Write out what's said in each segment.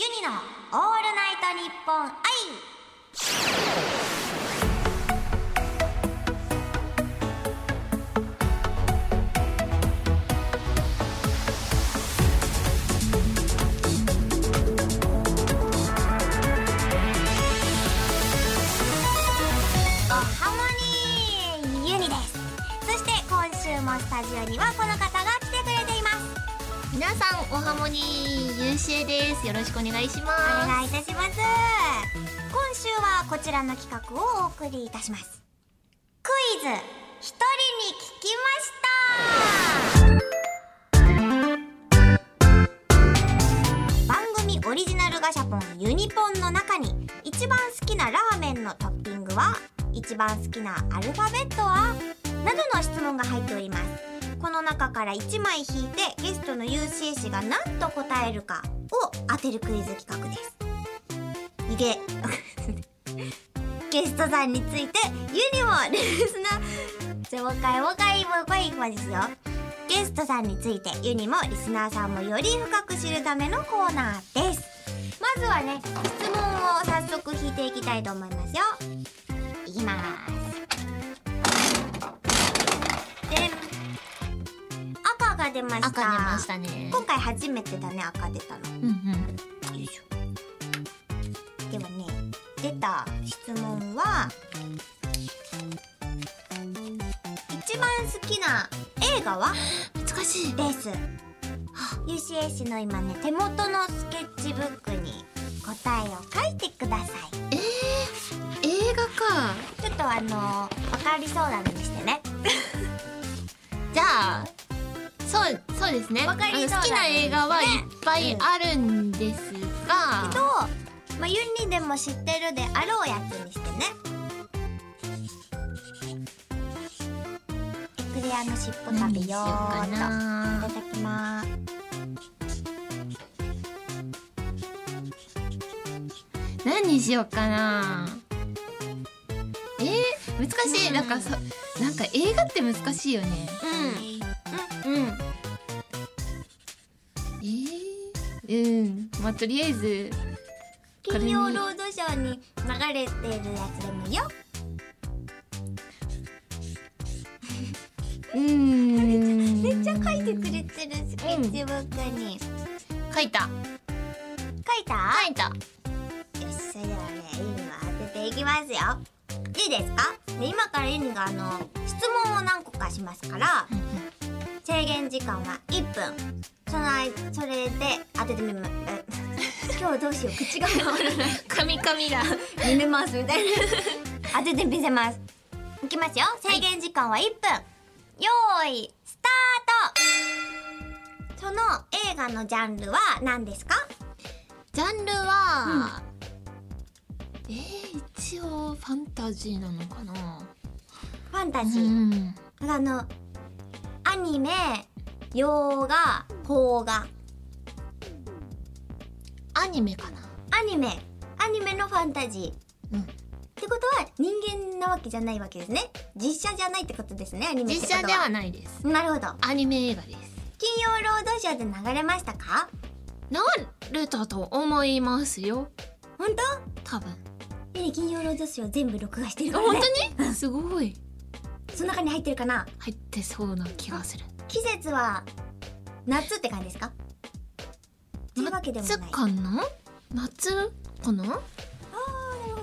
のオールナイトニッポン愛おハモニーユニですそして今週もスタジオにはこの方が来てくれています皆さんおはもに優秀ですよろしくお願いしまおす願いいたします今週はこちらの企画をお送りいたしますクイズ一人に聞きました番組オリジナルガシャポンユニポンの中に一番好きなラーメンのトッピングは一番好きなアルファベットはなどの質問が入っておりますこの中から1枚引いてゲストの UC 氏が何と答えるかを当てるクイズ企画です。いでゲストさんについてユニもレースなじゃあもう一回もう一回もう一回いきますよ。ゲストさんについてユニもリスナーさんもより深く知るためのコーナーです。まずはね質問を早速引いていきたいと思いますよ。いきます。でん赤が出ました。赤出ましたね今回初めてだね赤出たのうんうんよいしょではね出た質問は一番好きな映画は難しいです UCS の今ね手元のスケッチブックに答えを書いてください映画かちょっとあの分かりそうなのにしてねじゃあそうそうですねわかりそうだねあの好きな映画はいっぱいあるんですが、と、まあ、ユニでも知ってるであろうやつにしてねエクレアの尻尾食べようっとい何しようかなただきます何にしようかなえー、難しい、うんなんかそなんか映画って難しいよねうんうんうんえー、うんまあとりあえずこれ金に曜ロードショーに流れてるやつでもいいようーんめっちゃ書いてくれてるスケッチブックに、書書いいたた、書いたよしそれではねユニは当てていきますよいいですかで今からユニがあの質問を何個かしますから制限時間は1分その間それで当ててみま 今日どうしよう口が回らないカミカミだ寝めますみたいな当ててみせますいきますよ制限時間は1分、よーいスタートその映画のジャンルは何ですかジャンルは、えー、一応ファンタジーなのかな。ファンタうジー、ん、あのアニメ洋画邦画アニメかな。アニメアニメのファンタジー、うんってことは人間なわけじゃないわけですね実写じゃないってことですねアニメってこと実は写ではないです。なるほどアニメ映画です。金曜ロードショーで流れましたかなれたと思いますよ。本当多分。え金曜ロードショー全部録画してるあから本ね当に？すごい。その中に入ってるかな入ってそうな気がする。季節は夏って感じですかっていうわけでもない夏かな？夏かな？あー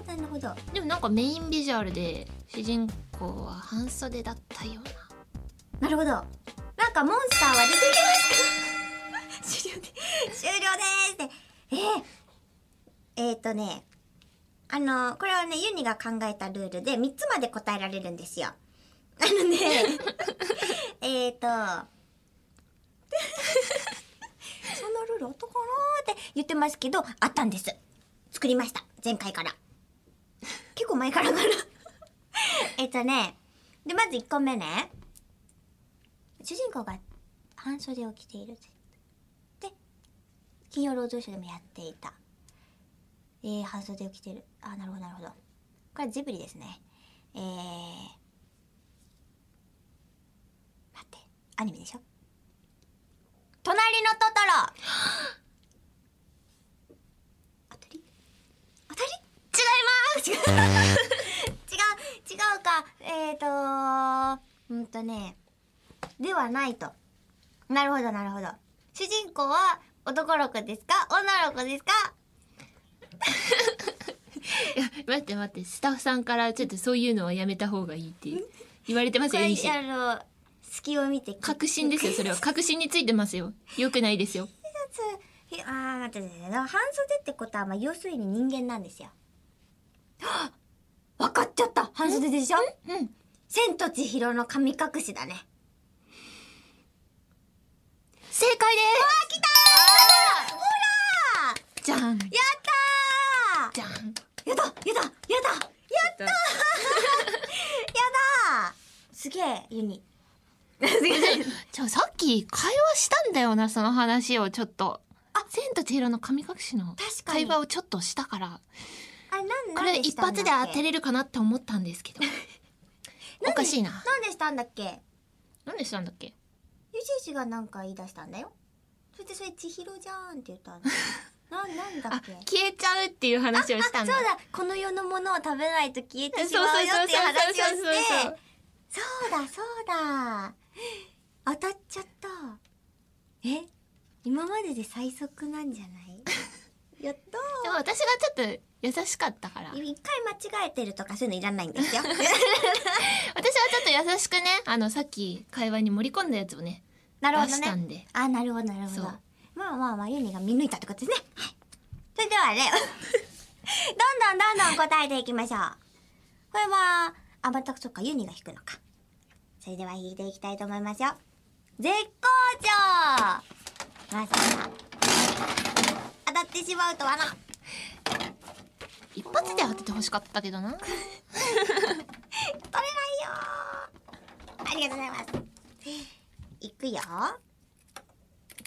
なるほどなるほどでもなんかメインビジュアルで主人公は半袖だったようなな。るほどなんかモンスターは出てきますか 終了で終了ですえー、えー、とねあのこれはねユニが考えたルールで3つまで答えられるんですよあのねえーとそのルールあったかなーって言ってますけどあったんです作りました前回から結構前からかなえっとねでまず1個目ね主人公が半袖を着ているで金曜ロードショーでもやっていたえー、半袖を着てるあなるほどなるほどこれはジブリですねえー、待ってアニメでしょ「隣のトトロ」 違うかえっ、ー、とうんとねではないとなるほどなるほど主人公は男の子ですか女の子ですかいや待って待ってスタッフさんからちょっとそういうのはやめた方がいいって言われてますこよれエニシあの隙を見て確信ですよそれは確信についてますよよくないですよつひあー待って待って待って半袖ってことはまあ要するに人間なんですよはっ わかっちゃった半袖でしょうん千と千尋の神隠しだね 正解であすじゃんやっじゃんたーやだやだやだやったやだーすげえユニすげえじゃあさっき会話したんだよなその話をちょっとあ千と千尋の神隠しの確かに会話をちょっとしたからあれなんこれ一発で当てるれるかなって思ったんです けどおかしいななんでしたんだっけ何でしたんだっけゆじいじがなんか言い出したんだよそれでそれ千尋じゃーんって言った んなんなんだあっけ消えちゃうっていう話をしたんだそうだこの世のものを食べないと消えてそうしまうよっていう話をしてそうそうそうそうそうだそうだ当たっちゃったえ今までで最速なんじゃない やったでも私がちょっと優しかったからー一回間違えてるとかそういうのいらないんです よ私はちょっと優しくねあのさっき会話に盛り込んだやつをねなるほ出どしたねんであなるほどなるほどそうまあまあまあユニが見抜いたってことですねはいそれではね どんどんどんどん答えていきましょうこれはあまたそっかユニが引くのかそれでは引いていきたいと思いますよ絶好調まさか当たってしまうとはな一発で当ててほしかったけどな取れないよーありがとうございますいくよ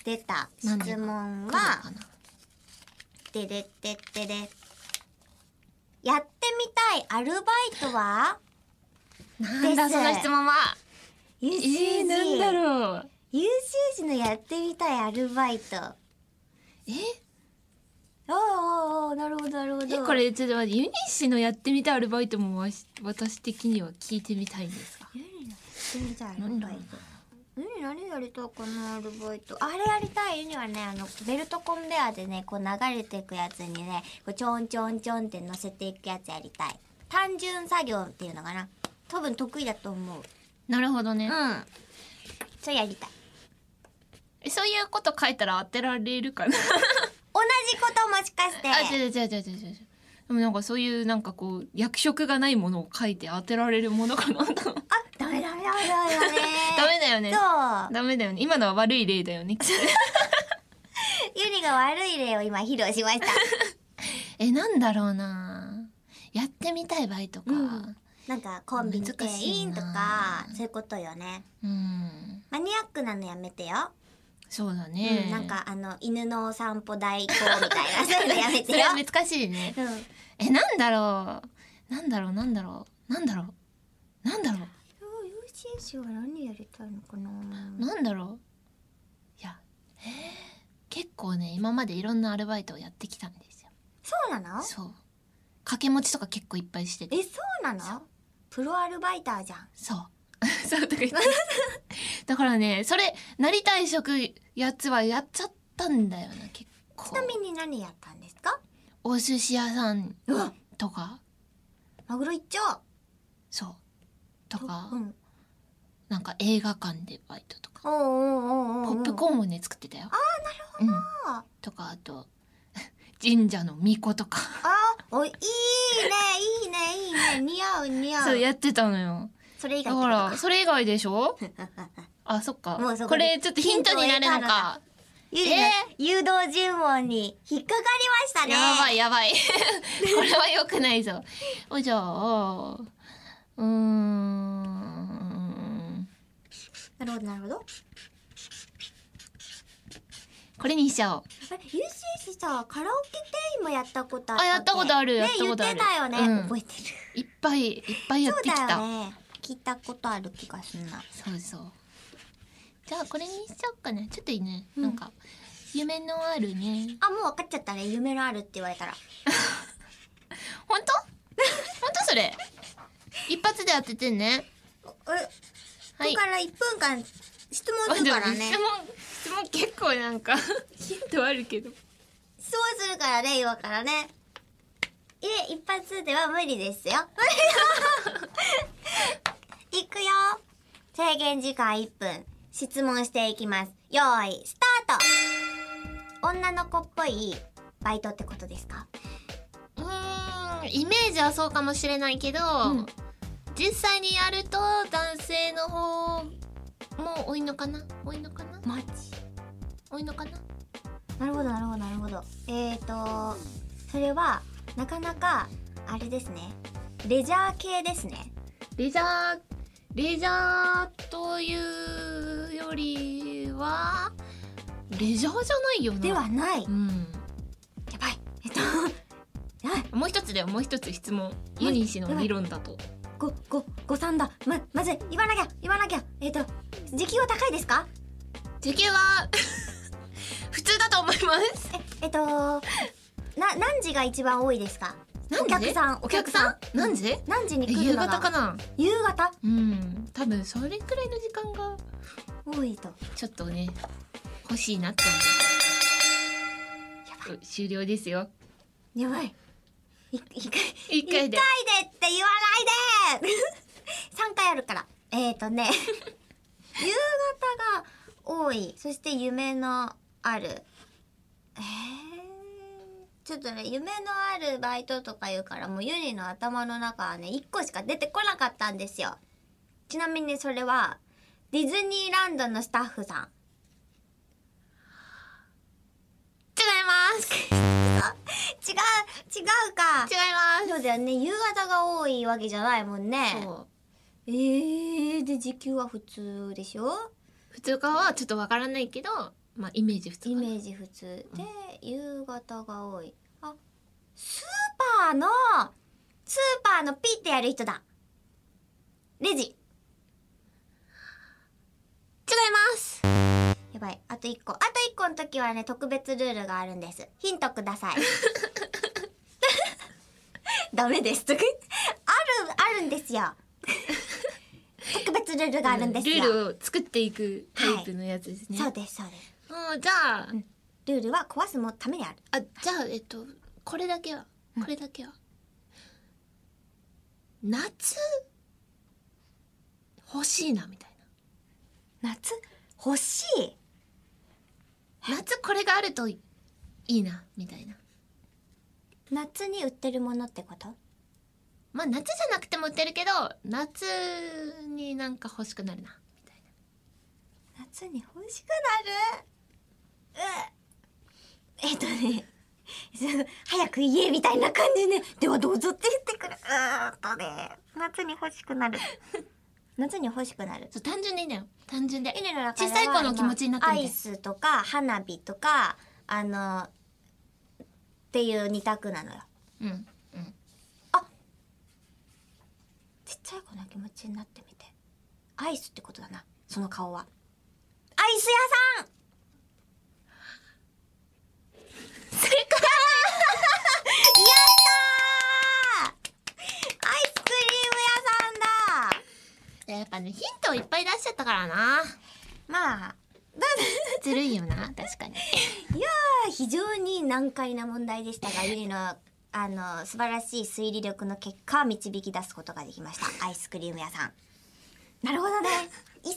出たなんで質問来るはかなてれってってれやってみたいアルバイトはなんだですその質問は ?UCG、えー、なんだろう UCG のやってみたいアルバイトえおーおーおーなるほどなるほえどこれちょっと待ってユニシのやってみたいアルバイトもわし私的には聞いてみたいんですがユニのやってみたいアなルんバだイろうトユニ何やりたいかなアルバイトあれやりたいユニはねあのベルトコンベアでねこう流れていくやつにねこうちょんちょんちょんって乗せていくやつやりたい単純作業っていうのかな多分得意だと思うなるほどね、うんそれやりたいえそういうこと書いたら当てられるかな同じこともしかしてあ違う違う違う違う違うでもなんかそういうなんかこう役職がないものを書いて当てられるものかなとダあ、ダメダメダメダメダメ。 メだよねそダメだよね今のは悪い例だよねう、ゆりが悪い例を今披露し ました。えなんだろうなやってみたいバイトかうんなんかコンビニ店員とか難しいな、そういうことよね。うんマニアックなのやめてよ。そうだね、うん、なん かあの犬のお散歩代行みたいな、そういうのやめそてれよは。難しいねうん、えなんだろうなんだろうなんだろうなんだろうなんだろ幼稚園生は何やりたいのかな。うなんだろういやえー結構ね今までいろんなアルバイトをやってきたんですよそうなの。そう掛け持ちとか結構いっぱいしててえ、そうなの。プロアルバイターじゃん。そう そうとか言ってだからねそれなりたい職やつはやっちゃったんだよな結構ちなみに何やったんですか。お寿司屋さんうわとかマグロ一丁。そうとか、うん。なんか映画館でバイトとかおうおうおうおうおう。ポップコーンをね作ってたよああなるほどうん、とかあと 神社の巫女とかあ、お、いいね、いいね、いいね、似合う、似合う。そうやってたのよそれ以だ外かっらそれ以外でしょてことか。あそっかもうそここでれちょっとヒントになるのか ゆりの誘導尋問に引っかかりましたね。やばいやばい これは良くないぞおじゃあうーんなるほど、なるほど。これにしちゃおうあれ、ゆうしーしさ、カラオケ店員もやったことあったあやったことあるねやったことあ言っるてたよね、うん覚えてる。いっぱいいっぱいやってきそうただよね。聞いたことある気がするな。そうそう。じゃあこれにしちゃおうかな。ちょっといいね。うんなんか夢のあるね。あ、もう分かっちゃったね。夢のあるって言われたら。本当？それ一発で当ててえねはここから1分間質問するからね質問質問結構なんか ヒントあるけど質問するからね今からねいえ一発では無理ですよ いくよ制限時間1分質問していきますよーいスタート女の子っぽいバイトってことですかうーんイメージはそうかもしれないけど、ん実際にやると男性の方も多いのかな多いのかなマジ多いのかななるほどなるほどなるほどえーとそれはなかなかあれですねレジャー系ですねレジャーレジャーというよりはレジャーじゃないよなではないうんやばいえっと はいもう一つだよもう一つ質問ユニシの理論だとご、ご、ごさんだ。ま、まずい、言わなきゃ、言わなきゃ。えっ、と、時給は高いですか時給は 普通だと思いますえ、えっ、と、な、何時が一番多いですか何お時客さん、お客さん何時何時に来夕るのが方かな夕方うん多分それくらいの時間が多いと。ちょっとね欲しいなって思う終了ですよやばい。い、一回、一回で一回でって言わないで三回あるから。えっ、とね、夕方が多い。そして夢のある。えー、ちょっとね、夢のあるバイトとか言うから、もうユリの頭の中はね、一個しか出てこなかったんですよ。ちなみにそれは、ディズニーランドのスタッフさん。違います違う、違違いうか。まそうだよね、夕方が多いわけじゃないもんね。すそうえー、で時給は普通でしょ普通かはちょっとわからないけどまあイメージ普通イかメなージ普通で夕方が多いあスーパーのスーパーのピッてやる人だレジ違いますやばいあと1個あと1個の時はね特別ルールがあるんですヒントください ダメですとかあるあるんですよ 特別ルールがあるんですルよ、ールを作っていくタイプのやつですね、そうですそうですうんじゃあ、ルールは壊すもためにあるあじゃあえっとこれだけはこれだけは、夏欲しいなみたい夏欲しいな夏これがあるといいいなみたいな夏に売ってるものってことまあ夏じゃなくても売ってるけど夏になんか欲しくなるなみたい夏に欲しくなるうえっとね 早く言えみたいな感じねではどうぞって言ってくるうーんとね夏に欲しくなる 夏に欲しくなるなそう単純でいいんだよ単純でエレの中小さい子の気持ちになってみアてイスとか花火とかあのっていう二択なのようんうんちっちゃい子の気持ちになってみてアイスってことだなその顔はアイス屋さん 正解やったーアイスクリーム屋さんだやっぱねヒントをいっぱい出しちゃったからなまあ ずるいよな確かに非常に難解な問題でしたがゆりのあの素晴らしい推理力の結果導き出すことができましたアイスクリーム屋さんなるほどね いそう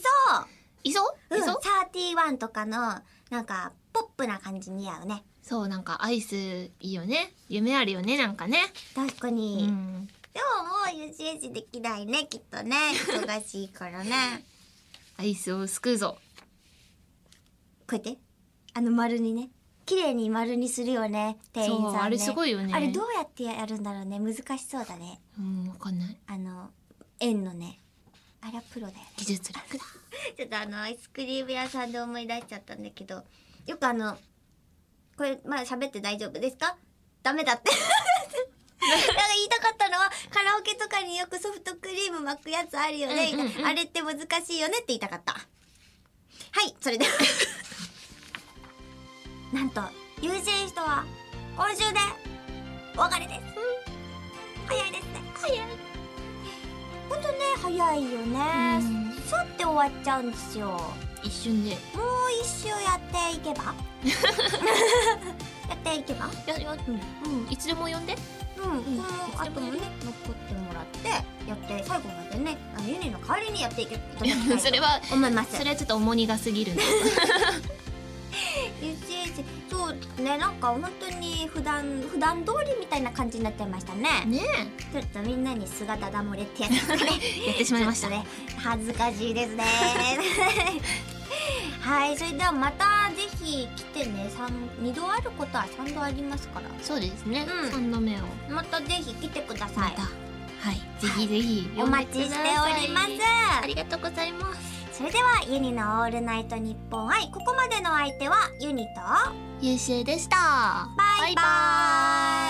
いそうういん、そう、 31とかのなんかポップな感じに似合うねそうなんかアイスいいよね夢あるよねなんかね確かうに、んでももうよしよしできないねきっとね忙しいから ねアイスをすくうぞこうやってあの丸にね綺麗に丸にするよね店員さんねそうあれすごいよねあれどうやってやるんだろうね難しそうだねうんわかんないあの円のねあれはプロだよね技術力だ ちょっとあのアイスクリーム屋さんで思い出しちゃったんだけどよくあのこれまあ喋って大丈夫ですかダメだって なんか言いたかったのはカラオケとかによくソフトクリーム巻くやつあるよね、うんうんうんあれって難しいよねって言いたかったはいそれでは なんと優先人は今週でお別れです、早いですね早いほんとね早いよねうんさって終わっちゃうんですよもう一瞬で一周やっていけばやっていけばややうんいつでも呼んでうん、うんこの後もね残ってもらってやって最後までねあのユニの代わりにやっていけただきたい それはと思いますそれはちょっと重荷が過ぎるんでいちいちそうですねなんか本当に普段普段通りみたいな感じになっちゃいましたね ねちょっとみんなに姿だ漏れってやつですかねえやってしまいましたちょっとね恥ずかしい ですねはいそれではまたぜひ来てね2度あることは3度ありますからそうですね、うん三度目をまたぜひ来てくださまいたはいぜひぜひお呼んで待くちしてださおりますいありがとうございますそれではユニのオールナイトニッポン愛ここまでのお相手はユニとゆうしえでしたバイバイ